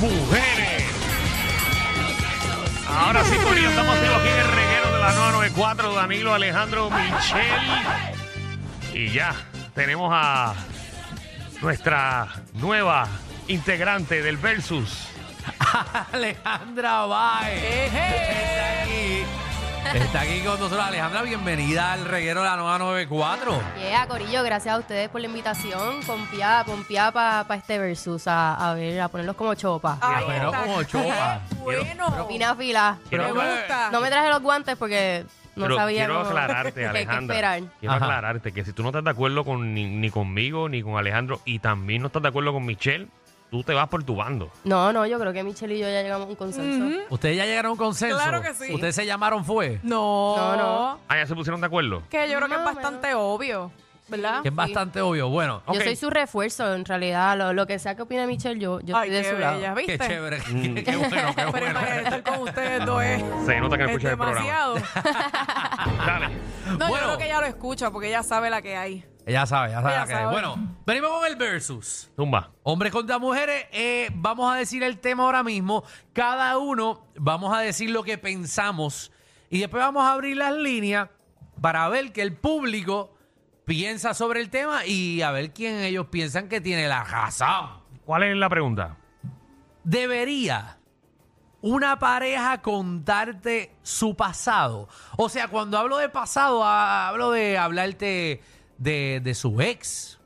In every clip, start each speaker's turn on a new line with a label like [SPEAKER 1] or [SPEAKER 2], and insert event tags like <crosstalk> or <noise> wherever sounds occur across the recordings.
[SPEAKER 1] mujeres. Ahora sí, Corillo, estamos activos aquí en el reguero de la 994, Danilo, Alejandro, Michelle. Y ya, tenemos a nuestra nueva integrante del Versus.
[SPEAKER 2] <laughs> Alejandra Baez
[SPEAKER 3] Eh,
[SPEAKER 2] está aquí. Está aquí con nosotros. Alejandra, bienvenida al reguero de la nueva 94.
[SPEAKER 4] Yeah, Corillo, gracias a ustedes por la invitación. Confía, confía para este versus a, a ver, a ponerlos como chopa.
[SPEAKER 3] Ah.
[SPEAKER 2] Ya, pero como chopa.
[SPEAKER 3] Bueno,
[SPEAKER 4] Fina fila.
[SPEAKER 1] Quiero
[SPEAKER 3] me
[SPEAKER 1] aclarar-
[SPEAKER 3] gusta.
[SPEAKER 4] No me traje los guantes porque no
[SPEAKER 1] Pero
[SPEAKER 4] sabía.
[SPEAKER 1] quiero
[SPEAKER 4] cómo-
[SPEAKER 1] aclararte,
[SPEAKER 4] hay <laughs> que
[SPEAKER 1] Alejandra.
[SPEAKER 4] esperar.
[SPEAKER 1] Quiero
[SPEAKER 2] Ajá.
[SPEAKER 1] aclararte que si tú no estás de acuerdo con, ni, ni conmigo, ni con Alejandro, y también no estás de acuerdo con Michelle, tú te vas por tu bando.
[SPEAKER 4] No, no, yo creo que Michelle y yo ya llegamos a un consenso.
[SPEAKER 2] Ustedes ya llegaron a un consenso.
[SPEAKER 3] Claro que sí.
[SPEAKER 2] Ustedes se llamaron fue.
[SPEAKER 3] No.
[SPEAKER 4] No, no.
[SPEAKER 1] Ah, ya se pusieron de acuerdo.
[SPEAKER 3] Que yo creo que es
[SPEAKER 4] Más o
[SPEAKER 3] bastante obvio, ¿verdad?
[SPEAKER 2] Que es bastante obvio. Bueno,
[SPEAKER 1] Ok.
[SPEAKER 4] Yo soy su refuerzo, en realidad. Lo, lo que sea que opine Michelle, yo, yo
[SPEAKER 3] Ay,
[SPEAKER 4] estoy de
[SPEAKER 3] qué
[SPEAKER 4] su
[SPEAKER 3] bella,
[SPEAKER 4] lado.
[SPEAKER 3] ¿viste?
[SPEAKER 2] qué chévere. Qué, qué bueno, qué
[SPEAKER 3] <laughs> Pero
[SPEAKER 2] bueno.
[SPEAKER 3] imagínate estar con ustedes dos es,
[SPEAKER 1] Se nota que no
[SPEAKER 3] es
[SPEAKER 1] escuchas el programa. <laughs>
[SPEAKER 3] demasiado.
[SPEAKER 4] Ah,
[SPEAKER 1] Dale.
[SPEAKER 3] No,
[SPEAKER 2] Bueno.
[SPEAKER 3] yo creo que ella lo escucha porque ella sabe la que hay.
[SPEAKER 2] Ella sabe, ya sabe.
[SPEAKER 3] Ella
[SPEAKER 2] la que es.
[SPEAKER 3] sabe.
[SPEAKER 2] Bueno, venimos con el versus.
[SPEAKER 1] Tumba.
[SPEAKER 2] Hombres contra mujeres, eh, vamos a decir el tema ahora mismo. Cada uno vamos a decir lo que pensamos y después vamos a abrir las líneas para ver qué el público piensa sobre el tema y a ver quién ellos piensan que tiene la razón.
[SPEAKER 1] ¿Cuál es la pregunta?
[SPEAKER 2] ¿Debería una pareja contarte su pasado? O sea, cuando hablo de pasado, ah, hablo de hablarte de, de su ex,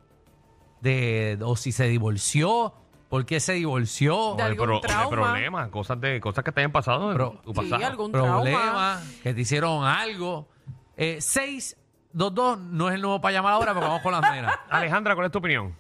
[SPEAKER 2] de, o si se divorció, por qué se divorció,
[SPEAKER 1] O
[SPEAKER 3] De
[SPEAKER 1] de,
[SPEAKER 3] algún
[SPEAKER 1] pro- o de
[SPEAKER 3] trauma.
[SPEAKER 1] problemas, cosas de cosas que te hayan pasado en
[SPEAKER 2] Pro-
[SPEAKER 1] tu
[SPEAKER 3] Sí,
[SPEAKER 1] pasado.
[SPEAKER 3] algún trauma.
[SPEAKER 2] problemas, que te hicieron algo. Eh, 622 no es el nuevo para llamar ahora, pero vamos con las nenas.
[SPEAKER 1] Alejandra, ¿cuál es tu opinión?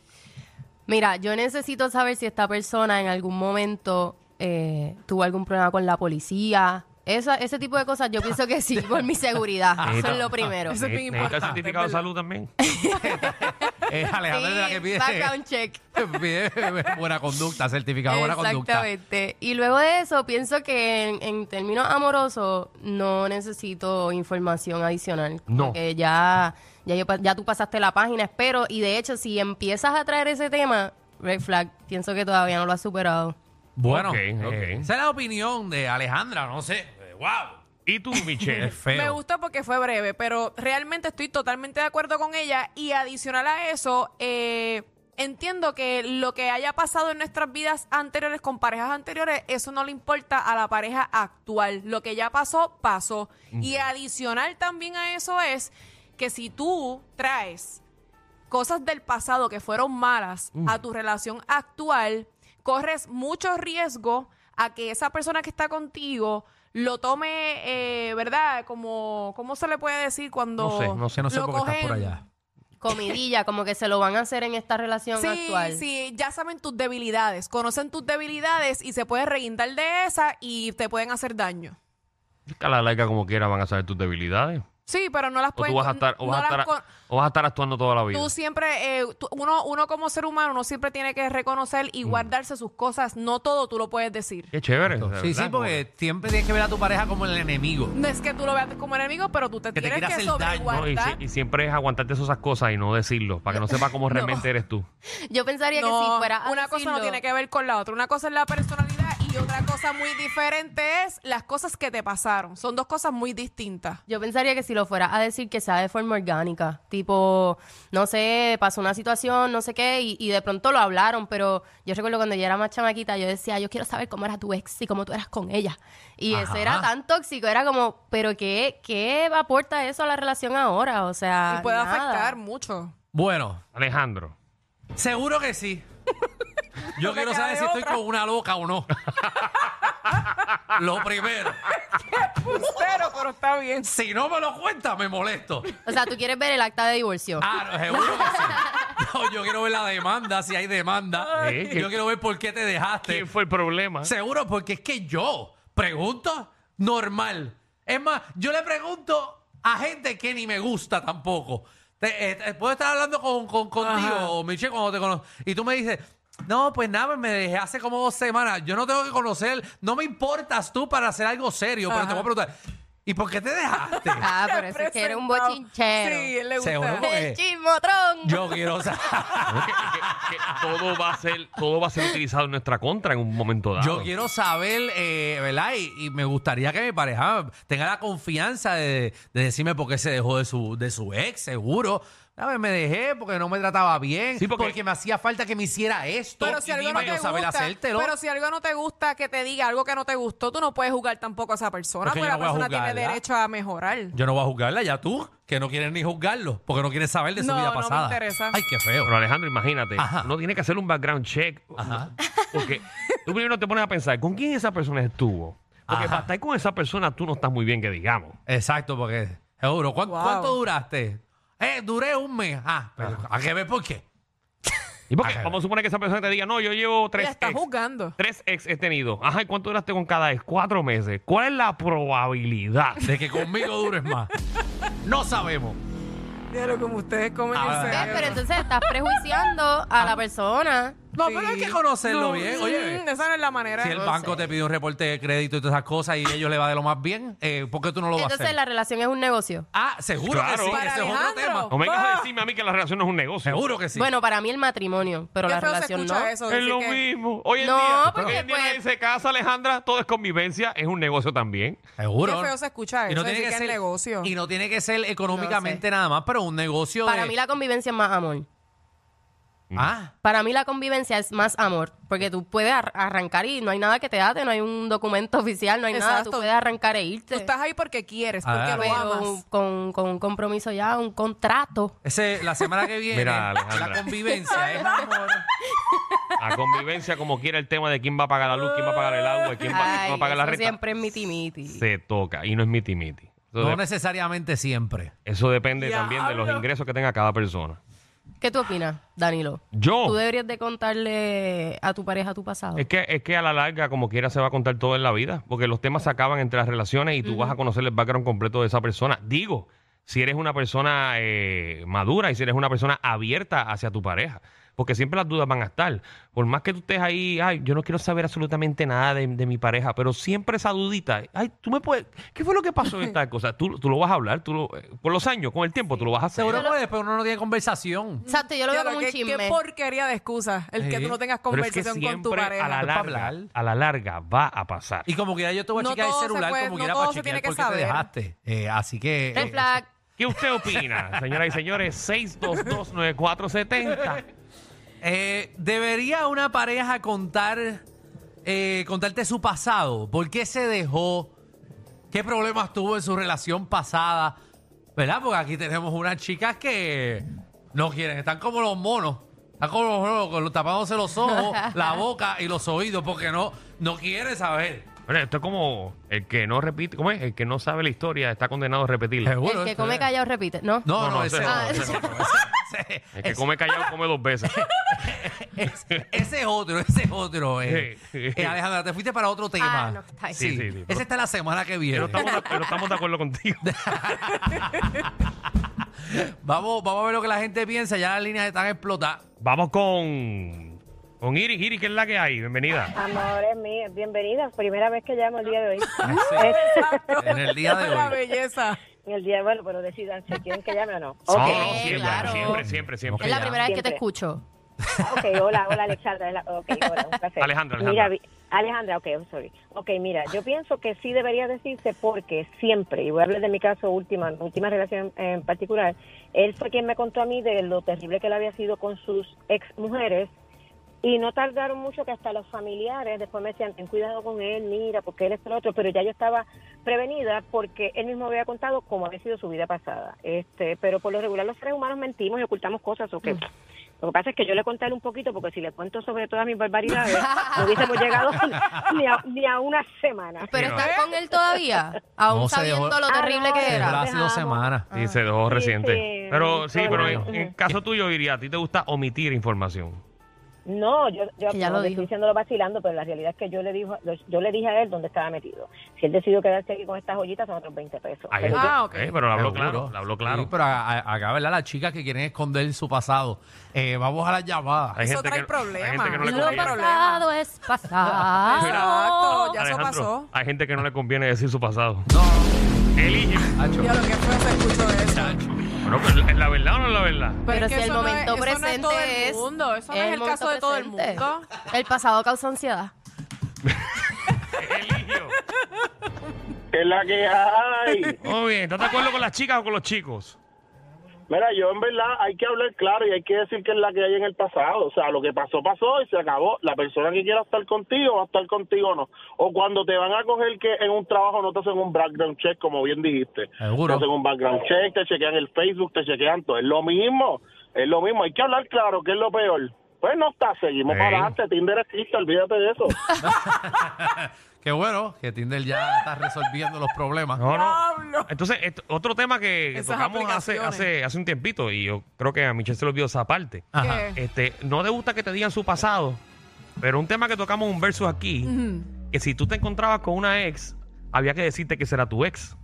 [SPEAKER 4] Mira, yo necesito saber si esta persona en algún momento eh, tuvo algún problema con la policía. Esa, ese tipo de cosas yo pienso que sí, por
[SPEAKER 1] <laughs>
[SPEAKER 4] mi seguridad. Eso es lo primero.
[SPEAKER 3] Eso es bien
[SPEAKER 1] Ne- ¿Necesitas
[SPEAKER 3] importante,
[SPEAKER 1] certificado de
[SPEAKER 3] es verdad.
[SPEAKER 1] salud también?
[SPEAKER 2] Es Eh, Alejandra de la que
[SPEAKER 4] Sí,
[SPEAKER 2] pide,
[SPEAKER 4] background check.
[SPEAKER 2] <laughs> pide buena conducta, certificado de buena conducta.
[SPEAKER 4] Exactamente. Este, Y luego de eso, pienso que en, en términos amorosos no necesito información adicional.
[SPEAKER 1] No.
[SPEAKER 4] Porque ya, ya, yo pa- ya tú pasaste la página, espero. Y de hecho, si empiezas a traer ese tema, Red Flag, pienso que todavía no lo has superado.
[SPEAKER 2] Bueno,
[SPEAKER 1] Ok,
[SPEAKER 2] eh,
[SPEAKER 1] ok.
[SPEAKER 2] esa es la opinión de Alejandra, no sé. ¡Wow!
[SPEAKER 1] ¿Y tú,
[SPEAKER 3] <laughs>
[SPEAKER 1] Michelle?
[SPEAKER 2] Es feo.
[SPEAKER 3] Me gusta porque fue breve, pero realmente estoy totalmente de acuerdo con ella. Y adicional a eso, eh, entiendo que lo que haya pasado en nuestras vidas anteriores con parejas anteriores, eso no le importa a la pareja actual. Lo que ya pasó, pasó. Y adicional también a eso es que si tú traes cosas del pasado que fueron malas
[SPEAKER 1] Mm.
[SPEAKER 3] a tu relación actual, corres mucho riesgo a que esa persona que está contigo lo tome, eh, ¿verdad? Como, ¿cómo se le puede decir cuando
[SPEAKER 1] No sé, no
[SPEAKER 2] sé, no sé
[SPEAKER 3] lo
[SPEAKER 2] por qué estás
[SPEAKER 3] cogen-
[SPEAKER 2] por allá.
[SPEAKER 4] Comidilla, como que se lo van a hacer en esta relación
[SPEAKER 3] Sí,
[SPEAKER 4] actual.
[SPEAKER 3] sí, ya saben tus debilidades, conocen tus debilidades y se pueden reguindar de esa y te pueden hacer daño.
[SPEAKER 1] Que a la laica como quiera van a saber tus debilidades.
[SPEAKER 3] Sí, pero no las
[SPEAKER 1] O
[SPEAKER 3] pueden...
[SPEAKER 1] tú vas a estar, o
[SPEAKER 3] Pues no
[SPEAKER 1] vas a estar,
[SPEAKER 3] las con-
[SPEAKER 1] o vas a estar actuando toda la vida.
[SPEAKER 3] Tú siempre, eh, tú- uno, uno como ser humano, uno siempre tiene que reconocer
[SPEAKER 1] Mm.
[SPEAKER 3] y guardarse sus cosas. No todo tú lo puedes decir.
[SPEAKER 1] Qué chévere.
[SPEAKER 2] Sí,
[SPEAKER 1] ¿verdad?
[SPEAKER 2] sí,
[SPEAKER 1] Como
[SPEAKER 2] porque siempre tienes que ver a tu pareja como el enemigo.
[SPEAKER 3] No es que tú lo veas como enemigo, pero tú te
[SPEAKER 2] Que te
[SPEAKER 3] tienes
[SPEAKER 2] quiera
[SPEAKER 3] que
[SPEAKER 2] hacer daño,
[SPEAKER 1] que- no, y,
[SPEAKER 3] sobreguardar.
[SPEAKER 1] si- y siempre es aguantarte esas cosas y no decirlo, para que no sepa
[SPEAKER 3] <laughs>
[SPEAKER 1] cómo realmente eres tú.
[SPEAKER 4] Yo pensaría
[SPEAKER 3] No,
[SPEAKER 4] que si fuera a
[SPEAKER 3] una cosa no
[SPEAKER 4] decirlo-
[SPEAKER 3] tiene que ver con la otra. Una cosa es la personalidad y otra cosa muy diferente es las cosas que te pasaron. Son dos cosas muy distintas.
[SPEAKER 4] Yo pensaría que si lo fuera a decir que sea de forma orgánica, tipo, no sé, pasó una situación, no sé qué, y, y de pronto lo hablaron, pero yo recuerdo cuando yo era más chamaquita, yo decía, yo quiero saber cómo era tu ex y cómo tú eras con ella. Y eso
[SPEAKER 2] Ajá.
[SPEAKER 4] era tan tóxico, era como, pero ¿qué, qué aporta eso a la relación ahora? O sea,
[SPEAKER 3] y puede
[SPEAKER 4] Ah, nada.
[SPEAKER 3] afectar mucho.
[SPEAKER 2] Bueno,
[SPEAKER 1] Alejandro.
[SPEAKER 2] seguro que
[SPEAKER 3] <laughs>
[SPEAKER 2] sí. Yo
[SPEAKER 3] No me
[SPEAKER 2] quiero
[SPEAKER 3] queda
[SPEAKER 2] saber
[SPEAKER 3] de
[SPEAKER 2] si estoy
[SPEAKER 3] otra.
[SPEAKER 2] con una loca o no. <laughs> Lo primero.
[SPEAKER 3] Pero, pero está bien.
[SPEAKER 2] Si no me lo cuenta, me molesto.
[SPEAKER 4] O sea, tú quieres ver el acta de divorcio.
[SPEAKER 2] Ah, no, seguro que sí.
[SPEAKER 3] <laughs>
[SPEAKER 2] No, yo quiero ver la demanda, si hay demanda.
[SPEAKER 1] Sí,
[SPEAKER 2] Yo
[SPEAKER 1] ¿quién-
[SPEAKER 2] quiero ver por qué te dejaste.
[SPEAKER 1] ¿Quién fue el problema?
[SPEAKER 2] Seguro, porque es que yo pregunto normal. Es más, yo le pregunto a gente que ni me gusta tampoco. Te- eh, te- puedo estar hablando con, con- contigo
[SPEAKER 3] Ajá.
[SPEAKER 2] o Michelle cuando te conozco. Y tú me dices, no, pues nada, pues me dejé hace como dos semanas. Yo no tengo que conocer, no me importas tú para hacer algo serio, pero te
[SPEAKER 3] Ajá.
[SPEAKER 2] voy a preguntar. ¿Y por qué te dejaste?
[SPEAKER 3] <laughs>
[SPEAKER 4] Ah, pero eso es que era un bochinchero.
[SPEAKER 3] Sí, él le gusta.
[SPEAKER 2] Seguro.
[SPEAKER 4] El chismotrón.
[SPEAKER 2] eh, Yo quiero saber.
[SPEAKER 1] Porque- <laughs> que- que todo va a ser todo va a ser utilizado en nuestra contra en un momento dado
[SPEAKER 2] Yo quiero saber, eh, ¿verdad? Y, y me gustaría que mi pareja tenga la confianza de, de decirme por qué se dejó de su, de su ex, seguro. ¿Sabes? Me dejé porque no me trataba bien,
[SPEAKER 1] Sí, porque-
[SPEAKER 2] porque... me hacía falta que me hiciera esto.
[SPEAKER 3] Pero si,
[SPEAKER 2] y
[SPEAKER 3] algo no
[SPEAKER 2] dime,
[SPEAKER 3] te
[SPEAKER 2] yo saber
[SPEAKER 3] gusta,
[SPEAKER 2] hacértelo.
[SPEAKER 3] pero si algo no te gusta que te diga algo que no te gustó, tú no puedes jugar tampoco a esa persona,
[SPEAKER 2] Porque yo
[SPEAKER 3] porque la
[SPEAKER 2] no voy a
[SPEAKER 3] persona tiene
[SPEAKER 2] juzgarla.
[SPEAKER 3] derecho a mejorar.
[SPEAKER 2] Yo no voy a juzgarla, ya tú, que no quieres ni juzgarlo, porque no quieres saber de su
[SPEAKER 3] No,
[SPEAKER 2] vida
[SPEAKER 3] no me
[SPEAKER 2] pasada.
[SPEAKER 3] interesa.
[SPEAKER 2] Ay, qué feo.
[SPEAKER 1] pero Alejandro imagínate
[SPEAKER 2] Ajá.
[SPEAKER 1] no tiene que hacer un background check
[SPEAKER 2] Ajá.
[SPEAKER 1] porque tú primero te pones a pensar con quién esa persona estuvo porque
[SPEAKER 2] Ajá.
[SPEAKER 1] para estar con esa persona tú no estás muy bien que digamos
[SPEAKER 2] Exacto, porque seguro. ¿Cuán-
[SPEAKER 3] Wow.
[SPEAKER 2] ¿Cuánto duraste? Eh, duré un mes. Ah, pero ¿a qué ver por qué?
[SPEAKER 1] y porque
[SPEAKER 2] Ajá.
[SPEAKER 1] vamos a suponer que esa persona te diga no yo llevo
[SPEAKER 3] Ella
[SPEAKER 1] tres
[SPEAKER 3] está
[SPEAKER 1] ex.
[SPEAKER 3] juzgando.
[SPEAKER 1] tres ex he tenido ajá ¿y cuánto duraste con cada ex? cuatro meses ¿cuál es la probabilidad
[SPEAKER 2] De que conmigo dures
[SPEAKER 3] <laughs>
[SPEAKER 2] más. No sabemos.
[SPEAKER 3] Ya lo como ustedes comen
[SPEAKER 2] Ah,
[SPEAKER 3] el
[SPEAKER 2] ¿ves?
[SPEAKER 4] ¿Ves?
[SPEAKER 3] cerebro.
[SPEAKER 4] Eh, Pero entonces estás prejuiciando a la persona.
[SPEAKER 2] Ah. No,
[SPEAKER 3] Sí.
[SPEAKER 2] pero hay que conocerlo
[SPEAKER 3] No,
[SPEAKER 2] bien. Oye,
[SPEAKER 3] mm, esa no es la manera.
[SPEAKER 2] si el
[SPEAKER 4] no
[SPEAKER 2] banco
[SPEAKER 4] sé.
[SPEAKER 2] te pide un reporte de crédito y todas esas cosas y ellos le va de lo más bien, eh, ¿por qué tú no lo vas a
[SPEAKER 4] Entonces
[SPEAKER 2] hacer?
[SPEAKER 4] la relación es un negocio.
[SPEAKER 2] Ah, seguro
[SPEAKER 1] Claro.
[SPEAKER 2] que sí.
[SPEAKER 3] Para
[SPEAKER 2] Ese es otro
[SPEAKER 3] Alejandro.
[SPEAKER 2] tema.
[SPEAKER 1] no vengas
[SPEAKER 3] Va.
[SPEAKER 1] a decirme a mí que la relación no es un negocio
[SPEAKER 2] Seguro que sí.
[SPEAKER 4] Bueno, para mí el matrimonio, pero
[SPEAKER 3] Qué
[SPEAKER 4] la
[SPEAKER 3] feo se
[SPEAKER 4] relación no.
[SPEAKER 3] escucha eso,
[SPEAKER 1] Es
[SPEAKER 3] decir
[SPEAKER 1] lo
[SPEAKER 3] que-
[SPEAKER 1] mismo. Hoy en
[SPEAKER 4] No,
[SPEAKER 1] día,
[SPEAKER 4] porque
[SPEAKER 1] hoy en día
[SPEAKER 4] pues-
[SPEAKER 1] nadie se casa, Alejandra. Todo es convivencia. Es un negocio también.
[SPEAKER 2] seguro.
[SPEAKER 3] Qué feo se escucha
[SPEAKER 2] Y no
[SPEAKER 3] eso,
[SPEAKER 2] tiene
[SPEAKER 3] decir que es negocio.
[SPEAKER 2] Y no tiene que ser económicamente nada más, pero un negocio
[SPEAKER 4] Para
[SPEAKER 2] de-
[SPEAKER 4] mí la convivencia es más amor.
[SPEAKER 2] Ah,
[SPEAKER 4] Para mí la convivencia es más amor, porque tú puedes ar- arrancar y no hay nada que te ate, no hay un documento <laughs> oficial, no hay nada, tú
[SPEAKER 3] Exacto.
[SPEAKER 4] puedes arrancar e
[SPEAKER 3] Tú
[SPEAKER 4] irte.
[SPEAKER 3] estás ahí porque quieres,
[SPEAKER 2] Ah,
[SPEAKER 3] porque lo
[SPEAKER 4] pero
[SPEAKER 3] amas.
[SPEAKER 4] Con, con un compromiso ya, un contrato.
[SPEAKER 2] ese, la
[SPEAKER 1] <laughs>
[SPEAKER 2] semana que viene,
[SPEAKER 1] Mira, Alejandra.
[SPEAKER 2] la convivencia es amor.
[SPEAKER 1] A convivencia, como quiera el tema de quién va a pagar la luz, quién va a pagar el agua, quién va, quién va
[SPEAKER 4] Ay,
[SPEAKER 1] a pagar la
[SPEAKER 4] eso
[SPEAKER 1] renta.
[SPEAKER 4] siempre es mitimiti.
[SPEAKER 1] Se toca y no es miti miti. Eso,
[SPEAKER 2] No
[SPEAKER 1] de-
[SPEAKER 2] necesariamente siempre.
[SPEAKER 1] eso depende también de los
[SPEAKER 3] Diablo.
[SPEAKER 1] ingresos que tenga cada persona.
[SPEAKER 4] ¿Qué tú opinas, Danilo?
[SPEAKER 1] Yo,
[SPEAKER 4] Tú deberías de contarle a tu pareja tu pasado.
[SPEAKER 1] es que, es que a la larga, como quiera, se va a contar todo en la vida, porque los temas se acaban entre las relaciones y tú vas a conocer el background completo de esa persona. Digo, si eres una persona eh, madura y si eres una persona abierta hacia tu pareja. Porque siempre las dudas van a estar. Por más que tú estés ahí, ay, yo no quiero saber absolutamente nada de, de mi pareja, pero siempre esa dudita, ay, tú me puedes. ¿Qué fue lo que pasó
[SPEAKER 3] <laughs>
[SPEAKER 1] en esta cosa? Tú, tú lo vas a hablar, tú lo- eh, con los años, con el tiempo, tú lo vas a hacer.
[SPEAKER 2] Seguro que después uno no tiene conversación.
[SPEAKER 4] Exacto, yo lo veo
[SPEAKER 3] Diablo,
[SPEAKER 4] como un
[SPEAKER 3] qué-
[SPEAKER 4] chisme.
[SPEAKER 3] Qué porquería de excusa el que
[SPEAKER 2] Sí.
[SPEAKER 3] tú no tengas
[SPEAKER 1] Pero es que
[SPEAKER 3] conversación con tu
[SPEAKER 1] siempre
[SPEAKER 3] pareja.
[SPEAKER 1] a la
[SPEAKER 2] Es pa'
[SPEAKER 1] larga,
[SPEAKER 2] hablar.
[SPEAKER 1] a la larga va a pasar.
[SPEAKER 2] Y como quiera yo te voy a
[SPEAKER 3] No
[SPEAKER 2] chequear el
[SPEAKER 3] todo se
[SPEAKER 2] celular,
[SPEAKER 3] puede-
[SPEAKER 2] como
[SPEAKER 3] no
[SPEAKER 2] quiera
[SPEAKER 3] todo
[SPEAKER 2] para
[SPEAKER 3] se
[SPEAKER 2] chequear
[SPEAKER 3] tiene que
[SPEAKER 2] por qué te
[SPEAKER 3] saber.
[SPEAKER 2] dejaste. Eh, así que...
[SPEAKER 4] Red
[SPEAKER 2] eh,
[SPEAKER 4] flag.
[SPEAKER 1] ¿Qué usted
[SPEAKER 2] <laughs>
[SPEAKER 1] opina, señoras y señores? 6229470.
[SPEAKER 2] Eh, ¿Debería una pareja contar eh, contarte su pasado? ¿Por qué se dejó? ¿Qué problemas tuvo en su relación pasada? ¿Verdad? Porque aquí tenemos unas chicas que no quieren, están como los monos. Están como los monos, con los- tapándose los
[SPEAKER 4] <laughs>
[SPEAKER 2] ojos, la boca y los oídos, porque no, no quieren saber.
[SPEAKER 1] Bueno, esto es como el que no repite, ¿cómo es? El que no sabe la historia está condenado a repetirla.
[SPEAKER 2] Seguro,
[SPEAKER 4] el que
[SPEAKER 2] esto
[SPEAKER 4] come
[SPEAKER 2] es-
[SPEAKER 4] callado repite, ¿no?
[SPEAKER 1] eh.
[SPEAKER 2] No, no,
[SPEAKER 1] No, no,
[SPEAKER 2] ese
[SPEAKER 1] ese
[SPEAKER 2] no,
[SPEAKER 4] no,
[SPEAKER 2] ese
[SPEAKER 4] ese
[SPEAKER 2] no, <laughs> ese- ese-
[SPEAKER 1] El que come callado come dos
[SPEAKER 2] <laughs>
[SPEAKER 1] veces.
[SPEAKER 2] Es- Ese es otro, ese es otro. eh.
[SPEAKER 1] Sí.
[SPEAKER 2] Eh, Alejandra, te fuiste para otro tema.
[SPEAKER 4] Ah, no, está bien.
[SPEAKER 2] sí,
[SPEAKER 1] Sí, sí, sí.
[SPEAKER 2] Ese está la semana que viene.
[SPEAKER 1] Pero estamos, de- pero estamos de acuerdo contigo.
[SPEAKER 2] Vamos, vamos a ver lo que la gente piensa. Ya las líneas están explotadas.
[SPEAKER 1] Vamos con, con Iris. Iris, ¿qué es la que hay? Bienvenida.
[SPEAKER 5] Amores míos, bienvenidas. Primera vez que llamo el día de hoy.
[SPEAKER 2] En el día de
[SPEAKER 3] <laughs> La
[SPEAKER 2] hoy.
[SPEAKER 3] belleza.
[SPEAKER 5] El día, bueno, pero decidan si quieren que llame o
[SPEAKER 1] No,
[SPEAKER 5] no. Ok,
[SPEAKER 1] no, siempre,
[SPEAKER 4] claro.
[SPEAKER 1] siempre, siempre, siempre.
[SPEAKER 4] Es la
[SPEAKER 2] ya.
[SPEAKER 4] primera vez que te
[SPEAKER 5] Siempre.
[SPEAKER 4] escucho.
[SPEAKER 5] ok, hola, hola Alexandra. la- Ok, hola, un placer.
[SPEAKER 1] Alejandra, Alejandra.
[SPEAKER 5] Mira, vi- Alejandra, ok, I'm sorry. Ok, mira, yo pienso que sí debería decirse porque siempre, y voy a hablar de mi caso última, última relación en particular, él fue quien me contó a mí de lo terrible que él había sido con sus ex mujeres Y no tardaron mucho que hasta los familiares después me decían, ten cuidado con él, mira, porque él es el otro, pero ya yo estaba prevenida porque él mismo había contado cómo había sido su vida pasada. Este, pero por lo regular los seres humanos mentimos y ocultamos cosas, ¿o
[SPEAKER 4] Mm.
[SPEAKER 5] qué? Lo que pasa es que yo le conté a él un poquito, porque si le cuento sobre todas
[SPEAKER 4] <laughs>
[SPEAKER 5] mis barbaridades, no hubiésemos llegado ni a, ni a una semana.
[SPEAKER 4] Pero
[SPEAKER 1] Sí,
[SPEAKER 4] estás con él todavía, aún
[SPEAKER 2] No se
[SPEAKER 4] sabiendo
[SPEAKER 2] dejó-
[SPEAKER 4] lo terrible
[SPEAKER 5] Ah, no,
[SPEAKER 4] que
[SPEAKER 2] Se
[SPEAKER 5] Pero-
[SPEAKER 2] fue
[SPEAKER 4] era.
[SPEAKER 2] hace dos
[SPEAKER 5] Dejamos.
[SPEAKER 2] semanas.
[SPEAKER 1] Sí, se dejó
[SPEAKER 5] Sí,
[SPEAKER 1] reciente.
[SPEAKER 5] sí,
[SPEAKER 1] Pero sí,
[SPEAKER 5] todo
[SPEAKER 1] pero
[SPEAKER 5] bien.
[SPEAKER 1] en, en caso tuyo, Iris, a ti te gusta omitir información.
[SPEAKER 5] No, yo, yo
[SPEAKER 4] Que ya
[SPEAKER 5] como
[SPEAKER 4] lo dijo.
[SPEAKER 5] que estoy diciéndolo vacilando, pero la realidad es que yo le dijo, yo le dije a él dónde estaba metido. Si él decidió quedarse aquí con estas joyitas son otros 20 pesos.
[SPEAKER 1] Ahí
[SPEAKER 5] Pero
[SPEAKER 1] está.
[SPEAKER 3] Ah, ok.
[SPEAKER 1] Eh, pero lo habló
[SPEAKER 2] Seguro.
[SPEAKER 1] claro. lo habló claro.
[SPEAKER 2] Sí, pero a- a- acá, ¿verdad? Las chicas que quieren esconder su pasado. Eh, vamos a las llamadas.
[SPEAKER 1] Hay
[SPEAKER 3] Eso
[SPEAKER 1] gente
[SPEAKER 3] trae
[SPEAKER 1] que- hay gente
[SPEAKER 3] problemas.
[SPEAKER 1] que no le
[SPEAKER 3] Lo
[SPEAKER 4] Lo
[SPEAKER 1] conviene.
[SPEAKER 3] problema.
[SPEAKER 4] pasado es pasado.
[SPEAKER 3] Exacto, ya eso
[SPEAKER 1] Alejandro,
[SPEAKER 3] pasó.
[SPEAKER 1] Hay gente que no le conviene decir su pasado.
[SPEAKER 2] No,
[SPEAKER 1] Elige.
[SPEAKER 2] Hacho.
[SPEAKER 3] Ya lo que fue se escuchó eso.
[SPEAKER 1] Bueno, pero ¿es la verdad o no es la verdad?
[SPEAKER 4] Pero
[SPEAKER 3] es que
[SPEAKER 4] si el
[SPEAKER 3] eso no es-
[SPEAKER 4] momento
[SPEAKER 3] eso no es
[SPEAKER 4] presente
[SPEAKER 3] todo el mundo, eso no es el
[SPEAKER 4] momento
[SPEAKER 3] caso de todo el
[SPEAKER 4] presente.
[SPEAKER 3] mundo.
[SPEAKER 4] El pasado causa ansiedad.
[SPEAKER 1] Eligio.
[SPEAKER 6] ¿Qué es la
[SPEAKER 1] <laughs>
[SPEAKER 6] que hay?
[SPEAKER 1] Muy bien, ¿estás de acuerdo con las chicas o con los chicos?
[SPEAKER 6] Mira, yo en verdad hay que hablar claro y hay que decir que es la que hay en el pasado. O sea, lo que pasó, pasó y se acabó. La persona que quiera estar contigo va a estar contigo o no. O cuando te van a coger que en un trabajo no te hacen un background check, como bien dijiste.
[SPEAKER 2] Seguro.
[SPEAKER 6] Te hacen un background check, te chequean el Facebook, te chequean todo. Es lo mismo, es lo mismo. Hay que hablar claro que es lo peor. Pues no está, seguimos
[SPEAKER 1] Sí.
[SPEAKER 6] para adelante. Tinder existe, olvídate de eso.
[SPEAKER 2] Qué bueno que Tinder ya está resolviendo los problemas.
[SPEAKER 1] No, no.
[SPEAKER 3] Diablo.
[SPEAKER 1] Entonces, esto- otro tema que, que
[SPEAKER 3] Esas
[SPEAKER 1] tocamos hace,
[SPEAKER 3] aplicaciones.
[SPEAKER 1] hace, hace un tiempito, y yo creo que a Michelle se le olvidó esa parte.
[SPEAKER 3] Ah.
[SPEAKER 2] Ajá.
[SPEAKER 3] ¿Qué?
[SPEAKER 1] Este, no te gusta que te digan su pasado, pero un tema que tocamos un verso aquí, que si tú te encontrabas con una ex, había que decirte que será tu ex.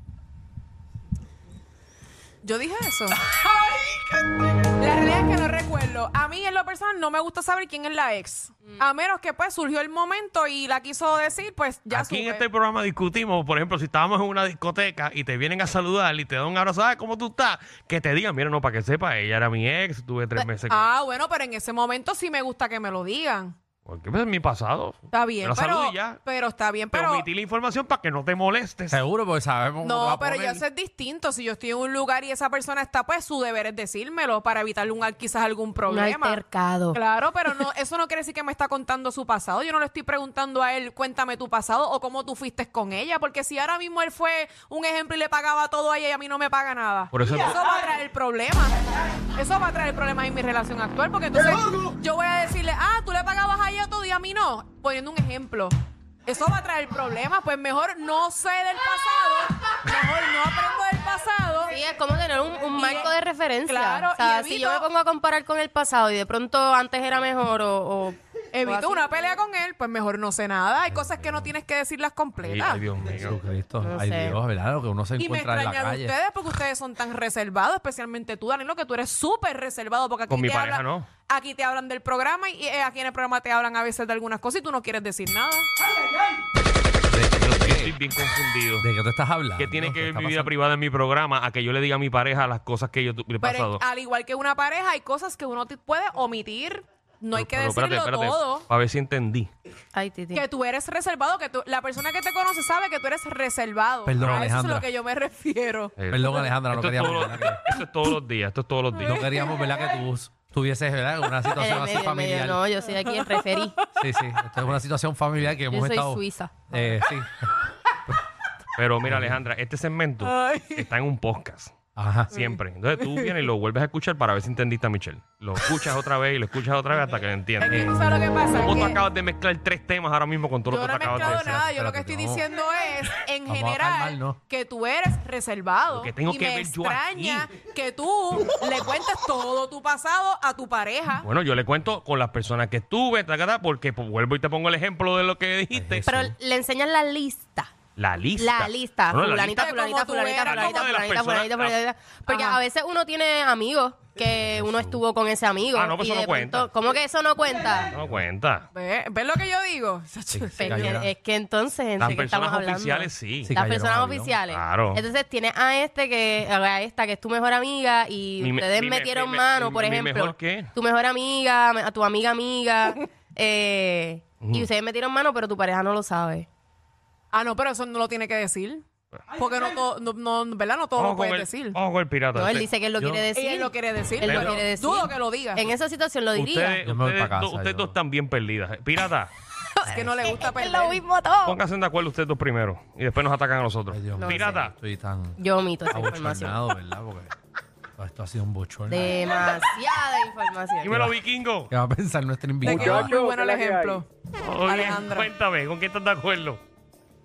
[SPEAKER 3] Yo dije
[SPEAKER 1] <laughs>
[SPEAKER 3] eso. La realidad es que no recuerdo. A mí en lo personal no me gusta saber quién es la ex.
[SPEAKER 1] Mm.
[SPEAKER 3] A menos que pues surgió el momento y la quiso decir, pues ya
[SPEAKER 1] Aquí en
[SPEAKER 3] supe.
[SPEAKER 1] este programa discutimos, por ejemplo, si estábamos en una discoteca y te vienen a saludar y te dan un abrazo, ¿sabes cómo tú estás? Que te digan, mira, no, para que sepa, ella era mi ex, tuve tres meses con
[SPEAKER 3] Ah, bueno, pero en ese momento sí me gusta que me lo digan.
[SPEAKER 1] Porque pues, es mi pasado.
[SPEAKER 3] Está
[SPEAKER 1] Te
[SPEAKER 3] bien,
[SPEAKER 1] la saludo
[SPEAKER 3] pero,
[SPEAKER 1] y ya.
[SPEAKER 3] pero está bien,
[SPEAKER 1] Pero
[SPEAKER 3] pero
[SPEAKER 1] omití la información para que no te molestes.
[SPEAKER 2] Seguro, porque sabemos cómo va
[SPEAKER 3] no,
[SPEAKER 2] a
[SPEAKER 3] pero
[SPEAKER 2] poner.
[SPEAKER 3] ya eso es distinto. Si yo estoy en un lugar y esa persona está, pues su deber es decírmelo para evitarle un, quizás algún
[SPEAKER 4] Un
[SPEAKER 3] problema.
[SPEAKER 4] altercado.
[SPEAKER 3] Claro, pero no, eso no quiere decir que me está contando su pasado. Yo no le estoy preguntando a él, cuéntame tu pasado o cómo tú fuiste con ella, porque si ahora mismo él fue un ejemplo y le pagaba todo a ella y a mí no me paga nada,
[SPEAKER 1] Por eso-
[SPEAKER 3] eso va a traer problemas. Eso va a traer problemas en mi relación actual, porque entonces yo voy a decirle, ah, tú le pagabas a ella todo y a mí no, poniendo un ejemplo. Eso va a traer problemas, pues mejor no sé del pasado, mejor no aprendo del pasado.
[SPEAKER 4] Sí, es como tener un, un marco de referencia.
[SPEAKER 3] Claro,
[SPEAKER 4] O sea,
[SPEAKER 3] y
[SPEAKER 4] si
[SPEAKER 3] evito-
[SPEAKER 4] yo me pongo a comparar con el pasado y de pronto antes era mejor o... o- o así.
[SPEAKER 3] Evito una pelea con él, pues mejor no sé nada. Hay cosas que no tienes que decirlas
[SPEAKER 1] Ay,
[SPEAKER 3] completas.
[SPEAKER 1] ay, Dios mío.
[SPEAKER 2] Jesucristo.
[SPEAKER 4] No
[SPEAKER 2] Ay,
[SPEAKER 4] sé.
[SPEAKER 2] Dios, ¿verdad? Lo que uno se
[SPEAKER 3] Y me
[SPEAKER 2] encuentra en la
[SPEAKER 3] extraña de
[SPEAKER 2] calle.
[SPEAKER 3] ustedes porque ustedes son tan reservados, especialmente tú, Danilo, que tú eres súper reservado. Porque aquí
[SPEAKER 1] Con
[SPEAKER 3] te
[SPEAKER 1] mi pareja,
[SPEAKER 3] hablan-
[SPEAKER 1] no.
[SPEAKER 3] Aquí te hablan del programa y eh, aquí en el programa te hablan a veces de algunas cosas y tú no quieres decir nada.
[SPEAKER 1] Yo estoy bien confundido.
[SPEAKER 2] ¿De qué tú estás hablando?
[SPEAKER 1] ¿Qué tiene que ver
[SPEAKER 2] está
[SPEAKER 1] mi vida
[SPEAKER 2] pasando?
[SPEAKER 1] privada en mi programa a que yo le diga a mi pareja las cosas que yo tu- le he
[SPEAKER 3] Pero
[SPEAKER 1] pasado?
[SPEAKER 3] al igual que ah, una pareja, hay cosas que uno te puede omitir. No hay que decirlo todo.
[SPEAKER 1] Para ver si entendí.
[SPEAKER 4] Ay, Titi.
[SPEAKER 3] Que tú eres reservado, que tú- la persona que te conoce sabe que tú eres reservado.
[SPEAKER 2] Perdón,
[SPEAKER 3] a eso es a
[SPEAKER 2] Alejandra.
[SPEAKER 3] lo que yo me refiero.
[SPEAKER 1] Eh,
[SPEAKER 2] Perdón, Alejandra, no
[SPEAKER 1] esto, es
[SPEAKER 2] queríamos,
[SPEAKER 1] todo-
[SPEAKER 2] ¿verdad?
[SPEAKER 1] esto es todos los días, esto es todos los <laughs>
[SPEAKER 2] que,
[SPEAKER 1] días.
[SPEAKER 2] no queríamos, ¿verdad? Que tú tuvieses, ¿verdad? Una
[SPEAKER 4] En el
[SPEAKER 2] situación así
[SPEAKER 4] medio, en medio.
[SPEAKER 2] familiar.
[SPEAKER 4] Eh, No, yo soy aquí
[SPEAKER 2] <laughs>
[SPEAKER 4] el referí.
[SPEAKER 2] Sí, sí. Esto es una situación familiar que hemos
[SPEAKER 4] soy
[SPEAKER 2] estado.
[SPEAKER 4] suiza.
[SPEAKER 2] Eh, sí.
[SPEAKER 1] Pero mira, Alejandra, este segmento
[SPEAKER 3] Ay.
[SPEAKER 1] está en un podcast.
[SPEAKER 2] Ajá.
[SPEAKER 1] Siempre. Entonces tú vienes y lo vuelves a escuchar para ver si entendiste a Michelle. Lo escuchas otra vez y lo escuchas otra vez hasta que lo
[SPEAKER 3] Es que tú
[SPEAKER 1] entiendas.
[SPEAKER 3] sabes lo que pasa.
[SPEAKER 1] Eh, ¿Cómo tú
[SPEAKER 3] que-
[SPEAKER 1] acabas de mezclar tres temas ahora mismo con todo lo
[SPEAKER 3] Yo
[SPEAKER 1] que
[SPEAKER 3] no
[SPEAKER 1] tú
[SPEAKER 3] he
[SPEAKER 1] acabas de
[SPEAKER 3] mezclado
[SPEAKER 1] decir?
[SPEAKER 3] nada. Yo lo que
[SPEAKER 2] Espérate,
[SPEAKER 3] estoy
[SPEAKER 2] vamos.
[SPEAKER 3] diciendo es, en
[SPEAKER 2] Vamos a
[SPEAKER 3] general,
[SPEAKER 2] calmarnos.
[SPEAKER 3] que tú eres reservado.
[SPEAKER 1] Lo que tengo
[SPEAKER 3] y
[SPEAKER 1] que
[SPEAKER 3] me
[SPEAKER 1] ver yo
[SPEAKER 3] extraña que tú le cuentes todo tu pasado a tu pareja.
[SPEAKER 1] Bueno, yo le cuento con las personas que estuve, tacata, porque pues, vuelvo y te pongo el ejemplo de lo que dijiste.
[SPEAKER 4] Pero le enseñan la lista.
[SPEAKER 1] La lista.
[SPEAKER 4] La lista,
[SPEAKER 1] Bueno, la
[SPEAKER 4] fulanita,
[SPEAKER 1] lista-
[SPEAKER 4] fulanita,
[SPEAKER 3] Como tú
[SPEAKER 4] fulanita,
[SPEAKER 3] eras,
[SPEAKER 4] fulanita,
[SPEAKER 1] como de las
[SPEAKER 4] fulanita, fulanita,
[SPEAKER 1] personas-
[SPEAKER 4] fulanita. Porque
[SPEAKER 3] Ajá.
[SPEAKER 4] a veces uno tiene amigos que uno estuvo con ese amigo.
[SPEAKER 1] Ah, no, pues
[SPEAKER 4] y
[SPEAKER 1] eso no
[SPEAKER 4] de pronto-
[SPEAKER 1] cuenta.
[SPEAKER 4] ¿Cómo que eso no cuenta?
[SPEAKER 1] No cuenta.
[SPEAKER 3] ¿Ves? ¿Ves lo que yo digo? este,
[SPEAKER 4] Pues
[SPEAKER 2] cayeron.
[SPEAKER 4] que- es que entonces, ¿de
[SPEAKER 1] Las
[SPEAKER 4] qué estamos
[SPEAKER 1] personas
[SPEAKER 4] hablando?
[SPEAKER 1] oficiales sí.
[SPEAKER 2] Sí.
[SPEAKER 4] Las
[SPEAKER 2] cayeron
[SPEAKER 4] personas
[SPEAKER 2] al avión.
[SPEAKER 4] oficiales.
[SPEAKER 1] Claro.
[SPEAKER 4] Entonces tienes a este que, a esta que es tu mejor amiga y
[SPEAKER 1] Mi me-
[SPEAKER 4] ustedes
[SPEAKER 1] mi me-
[SPEAKER 4] metieron
[SPEAKER 1] mi me-
[SPEAKER 4] mano,
[SPEAKER 1] mi-
[SPEAKER 4] por
[SPEAKER 1] mi
[SPEAKER 4] ejemplo.
[SPEAKER 1] mejor qué?
[SPEAKER 4] Tu mejor amiga, me- a tu amiga amiga. eh, Y ustedes metieron mano, pero tu pareja no lo sabe.
[SPEAKER 3] Ah, no, pero eso no lo tiene que decir. Porque no todo, no, no- ¿verdad? No todo
[SPEAKER 1] Ojo
[SPEAKER 3] lo
[SPEAKER 1] con
[SPEAKER 3] puedes
[SPEAKER 1] el,
[SPEAKER 3] decir.
[SPEAKER 1] ojo con el pirata.
[SPEAKER 4] No, él
[SPEAKER 1] Usted-
[SPEAKER 4] dice que él lo
[SPEAKER 2] yo-
[SPEAKER 4] quiere decir.
[SPEAKER 3] Ella lo quiere decir,
[SPEAKER 4] Él lo
[SPEAKER 3] pero
[SPEAKER 4] quiere decir.
[SPEAKER 3] dudo que lo diga.
[SPEAKER 4] En esa situación lo diría.
[SPEAKER 1] Ustedes,
[SPEAKER 2] Yo me voy
[SPEAKER 1] ustedes
[SPEAKER 2] pa'
[SPEAKER 1] dos,
[SPEAKER 2] casa,
[SPEAKER 1] ustedes
[SPEAKER 2] yo.
[SPEAKER 1] dos están bien perdidas. Pirata,
[SPEAKER 3] es que no le gusta
[SPEAKER 4] Es
[SPEAKER 3] perder.
[SPEAKER 4] lo mismo todo.
[SPEAKER 1] pónganse de acuerdo ustedes dos primero y después nos atacan a nosotros.
[SPEAKER 2] Ay, Dios mío.
[SPEAKER 1] pirata,
[SPEAKER 2] Estoy tan
[SPEAKER 4] Yo omito esa información.
[SPEAKER 2] abochornado, ¿verdad? Porque todo esto ha sido un bochorno.
[SPEAKER 4] Demasiada información.
[SPEAKER 1] dímelo, vikingo.
[SPEAKER 2] ¿Qué va a pensar nuestra
[SPEAKER 3] Te quedó
[SPEAKER 2] invitada?
[SPEAKER 3] muy bueno el
[SPEAKER 6] ¿qué es la que
[SPEAKER 3] ejemplo.
[SPEAKER 1] Oye,
[SPEAKER 3] Alejandra.
[SPEAKER 1] cuéntame, ¿con qué estás de acuerdo?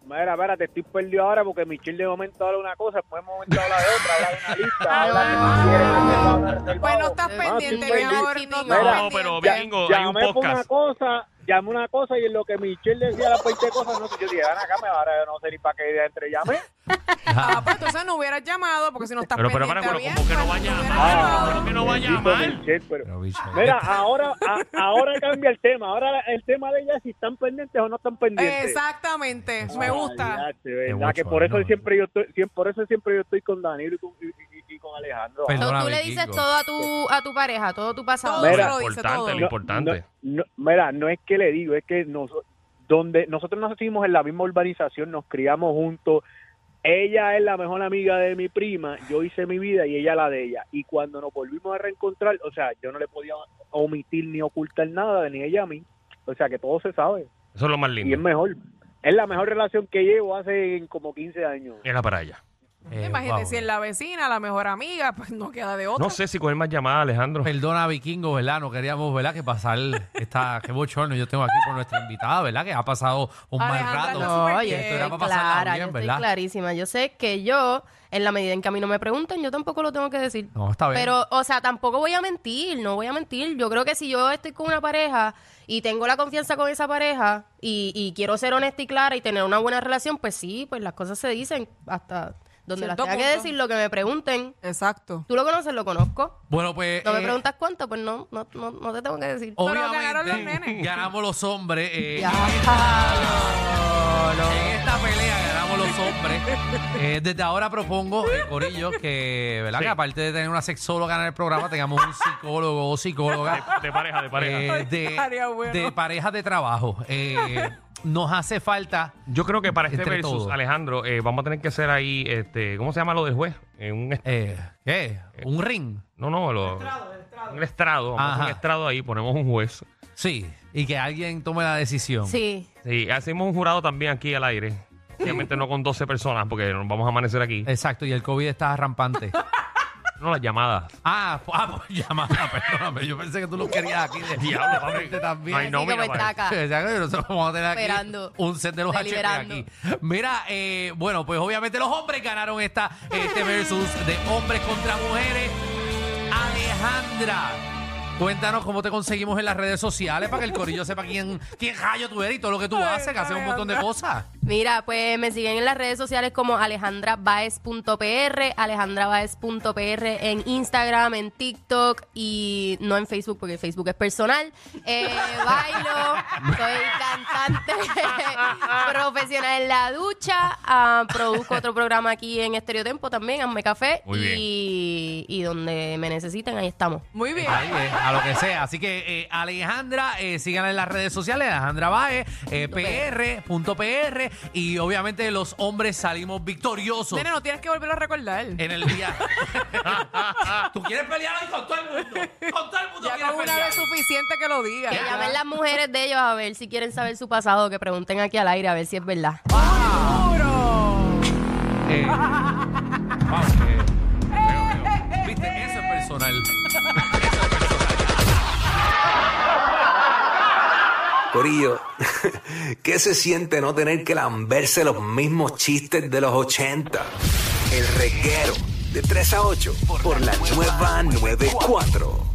[SPEAKER 6] Mira, mira, te estoy perdido ahora porque Michelle de momento habla una cosa, después de momento habla de otra, habla de una lista, habla de
[SPEAKER 3] Pues no estás pendiente, mi amor. No,
[SPEAKER 4] Mira,
[SPEAKER 3] estás
[SPEAKER 1] no, pero
[SPEAKER 3] pendiente.
[SPEAKER 1] vikingo, hay un
[SPEAKER 6] Llamé por una
[SPEAKER 1] podcast.
[SPEAKER 6] cosa, llamé una cosa y en lo que Michelle decía las 20 cosas, no sé, yo dije, van acá, me ahora yo no sé ni para qué entre llamé.
[SPEAKER 3] Ah, pues entonces no hubieras llamado, porque si no estás
[SPEAKER 1] Pero, pero, para,
[SPEAKER 3] pendiente
[SPEAKER 1] pero,
[SPEAKER 3] a
[SPEAKER 1] ¿cómo que no
[SPEAKER 3] Bielsa,
[SPEAKER 1] vaya a
[SPEAKER 3] hubieras
[SPEAKER 1] llamar?
[SPEAKER 3] llamado.
[SPEAKER 1] ¿Cómo que no vaya a <laughs>
[SPEAKER 6] Bendito
[SPEAKER 1] llamar?
[SPEAKER 6] Michelle, pero-
[SPEAKER 2] Pero, bicho,
[SPEAKER 6] Mira, ahora, a- ahora cambia el tema. Ahora el tema de ella es si están pendientes o no están pendientes.
[SPEAKER 3] Exactamente, me gusta.
[SPEAKER 6] Ay, ya, che, verdad,
[SPEAKER 2] mucho,
[SPEAKER 6] que por eso
[SPEAKER 2] ¿verdad?
[SPEAKER 6] siempre yo estoy, siempre- por eso siempre yo estoy con Danilo y con, y- y- y con Alejandro.
[SPEAKER 2] Pero-
[SPEAKER 4] So,
[SPEAKER 2] Perdóname,
[SPEAKER 4] tú le dices
[SPEAKER 2] Kiko.
[SPEAKER 4] todo a tu, a tu pareja, todo tu pasado.
[SPEAKER 3] Todo.
[SPEAKER 1] Lo
[SPEAKER 6] Mira.
[SPEAKER 3] lo dice
[SPEAKER 1] importante,
[SPEAKER 3] todo.
[SPEAKER 1] lo
[SPEAKER 6] No,
[SPEAKER 1] importante.
[SPEAKER 6] no, no, mira, no es que le digo, es que nos, donde nosotros nacimos en la misma urbanización, nos criamos juntos. Ella es la mejor amiga de mi prima, yo hice mi vida y ella la de ella. Y cuando nos volvimos a reencontrar, o sea, yo no le podía omitir ni ocultar nada, ni ella a mí. O sea, que todo se sabe
[SPEAKER 1] Eso es lo más
[SPEAKER 6] y es
[SPEAKER 1] lindo.
[SPEAKER 6] mejor. Es la mejor relación que llevo hace como 15 años.
[SPEAKER 1] Es la para allá.
[SPEAKER 2] eh,
[SPEAKER 3] Imagínate,
[SPEAKER 2] wow.
[SPEAKER 3] si es la vecina, la mejor amiga, pues no queda de otra.
[SPEAKER 1] No sé si coger más llamadas, Alejandro.
[SPEAKER 2] <laughs> Perdona, vikingo, ¿verdad? No queríamos, ¿verdad? Que pasar
[SPEAKER 1] <laughs>
[SPEAKER 2] esta... Qué bochorno yo tengo aquí por nuestra invitada, ¿verdad? Que ha pasado un
[SPEAKER 3] Alejandra,
[SPEAKER 2] mal rato.
[SPEAKER 3] no,
[SPEAKER 4] No,
[SPEAKER 3] Porque
[SPEAKER 4] yo
[SPEAKER 2] esto
[SPEAKER 4] estoy
[SPEAKER 2] era para pasarla
[SPEAKER 4] clara,
[SPEAKER 2] bien,
[SPEAKER 4] yo estoy
[SPEAKER 2] ¿verdad?
[SPEAKER 4] clarísima. Yo sé que yo, en la medida en que a mí no me pregunten, yo tampoco lo tengo que decir.
[SPEAKER 2] No, está bien.
[SPEAKER 4] Pero, o sea, tampoco voy a mentir, no voy a mentir. Yo creo que si yo estoy con una pareja y tengo la confianza con esa pareja y, y quiero ser honesta y clara y tener una buena relación, pues sí, pues las cosas se dicen hasta donde las
[SPEAKER 3] Cierto
[SPEAKER 4] tenga que
[SPEAKER 3] punto.
[SPEAKER 4] decir, lo que me pregunten.
[SPEAKER 3] Exacto.
[SPEAKER 4] Tú lo conoces, lo conozco.
[SPEAKER 2] Bueno, pues...
[SPEAKER 4] No me
[SPEAKER 2] eh,
[SPEAKER 4] preguntas cuánto, pues no, no, no, no te tengo que decir.
[SPEAKER 3] Pero ganaron los
[SPEAKER 2] Obviamente,
[SPEAKER 3] nenes.
[SPEAKER 2] ganamos los hombres. eh,
[SPEAKER 4] <laughs> Ya,
[SPEAKER 2] En esta pelea ganamos los
[SPEAKER 4] <laughs>
[SPEAKER 2] hombres. Eh, desde ahora propongo, eh, Corillo, que, ¿verdad?
[SPEAKER 1] Sí.
[SPEAKER 2] que aparte de tener una sexóloga en el programa, tengamos un psicólogo o psicóloga
[SPEAKER 1] De pareja, de pareja.
[SPEAKER 2] eh,
[SPEAKER 3] Estaría
[SPEAKER 2] de,
[SPEAKER 3] bueno.
[SPEAKER 2] de pareja de trabajo. Eh, nos hace falta.
[SPEAKER 1] Yo creo que para este
[SPEAKER 2] Entre
[SPEAKER 1] versus,
[SPEAKER 2] todos.
[SPEAKER 1] Alejandro, eh, vamos a tener que hacer ahí, este, ¿cómo se llama lo del juez? Eh, un est-
[SPEAKER 2] eh, ¿qué? ¿Un ring?
[SPEAKER 1] no, no, lo, un estrado. Vamos a hacer un
[SPEAKER 2] Ajá.
[SPEAKER 1] estrado ahí, ponemos un juez.
[SPEAKER 2] Sí. Y que alguien tome la decisión.
[SPEAKER 4] Sí.
[SPEAKER 1] Sí, hacemos un jurado también aquí al aire. Obviamente no con 12 personas porque nos vamos a amanecer aquí.
[SPEAKER 2] Exacto. Y el COVID está
[SPEAKER 4] <laughs>
[SPEAKER 2] rampante.
[SPEAKER 1] No las llamadas.
[SPEAKER 2] Ah, pues, ah, pues, llamada, perdóname. Yo pensé que tú lo querías aquí de diablo, obviamente, también.
[SPEAKER 1] Ay, no,
[SPEAKER 4] Así como
[SPEAKER 1] mira,
[SPEAKER 4] pues, está acá.
[SPEAKER 2] <laughs> O sea, que nosotros vamos a tener aquí
[SPEAKER 4] Esperando.
[SPEAKER 2] un set de los HP
[SPEAKER 4] Deliberando.
[SPEAKER 2] aquí. Mira, eh, bueno, pues obviamente los hombres ganaron esta este versus de hombres contra mujeres. Alejandra, cuéntanos cómo te conseguimos en las redes sociales para que el corillo sepa quién, quién rayo tú eres y todo lo que tú haces, que haces un montón de cosas.
[SPEAKER 4] Mira, pues me siguen en las redes sociales como alejandrabaez.pr, alejandrabaez.pr en Instagram, en TikTok y no en Facebook porque Facebook es personal.
[SPEAKER 1] <laughs>
[SPEAKER 4] Eh, bailo, soy cantante <laughs> profesional en la ducha, ah, produzco otro programa aquí en Estereotempo también, Hazme Café
[SPEAKER 1] Muy bien.
[SPEAKER 4] y, y donde me necesiten, ahí estamos.
[SPEAKER 3] Muy bien.
[SPEAKER 2] Ahí, eh, a lo que sea. Así que eh, Alejandra, eh, síganla en las redes sociales, Alejandra Baez, eh, PR, punto PR, y obviamente los hombres salimos victoriosos
[SPEAKER 3] Nene, no tienes que volverlo a recordar.
[SPEAKER 2] en el día. <laughs> Tú quieres pelear hoy con todo el mundo, con todo el mundo
[SPEAKER 3] Ya
[SPEAKER 2] quieres
[SPEAKER 3] con una
[SPEAKER 2] pelear.
[SPEAKER 3] vez suficiente que lo diga.
[SPEAKER 4] Que llamen las mujeres de ellos a ver si quieren saber su pasado, que pregunten aquí al aire a ver si es verdad.
[SPEAKER 2] Eh, vamos, eh, veo, veo. Viste, eso es personal.
[SPEAKER 7] Corillo, <laughs> ¿qué se siente no tener que lamberse los mismos chistes de los 80? El reguero de 3 a 8 por la nueva 94.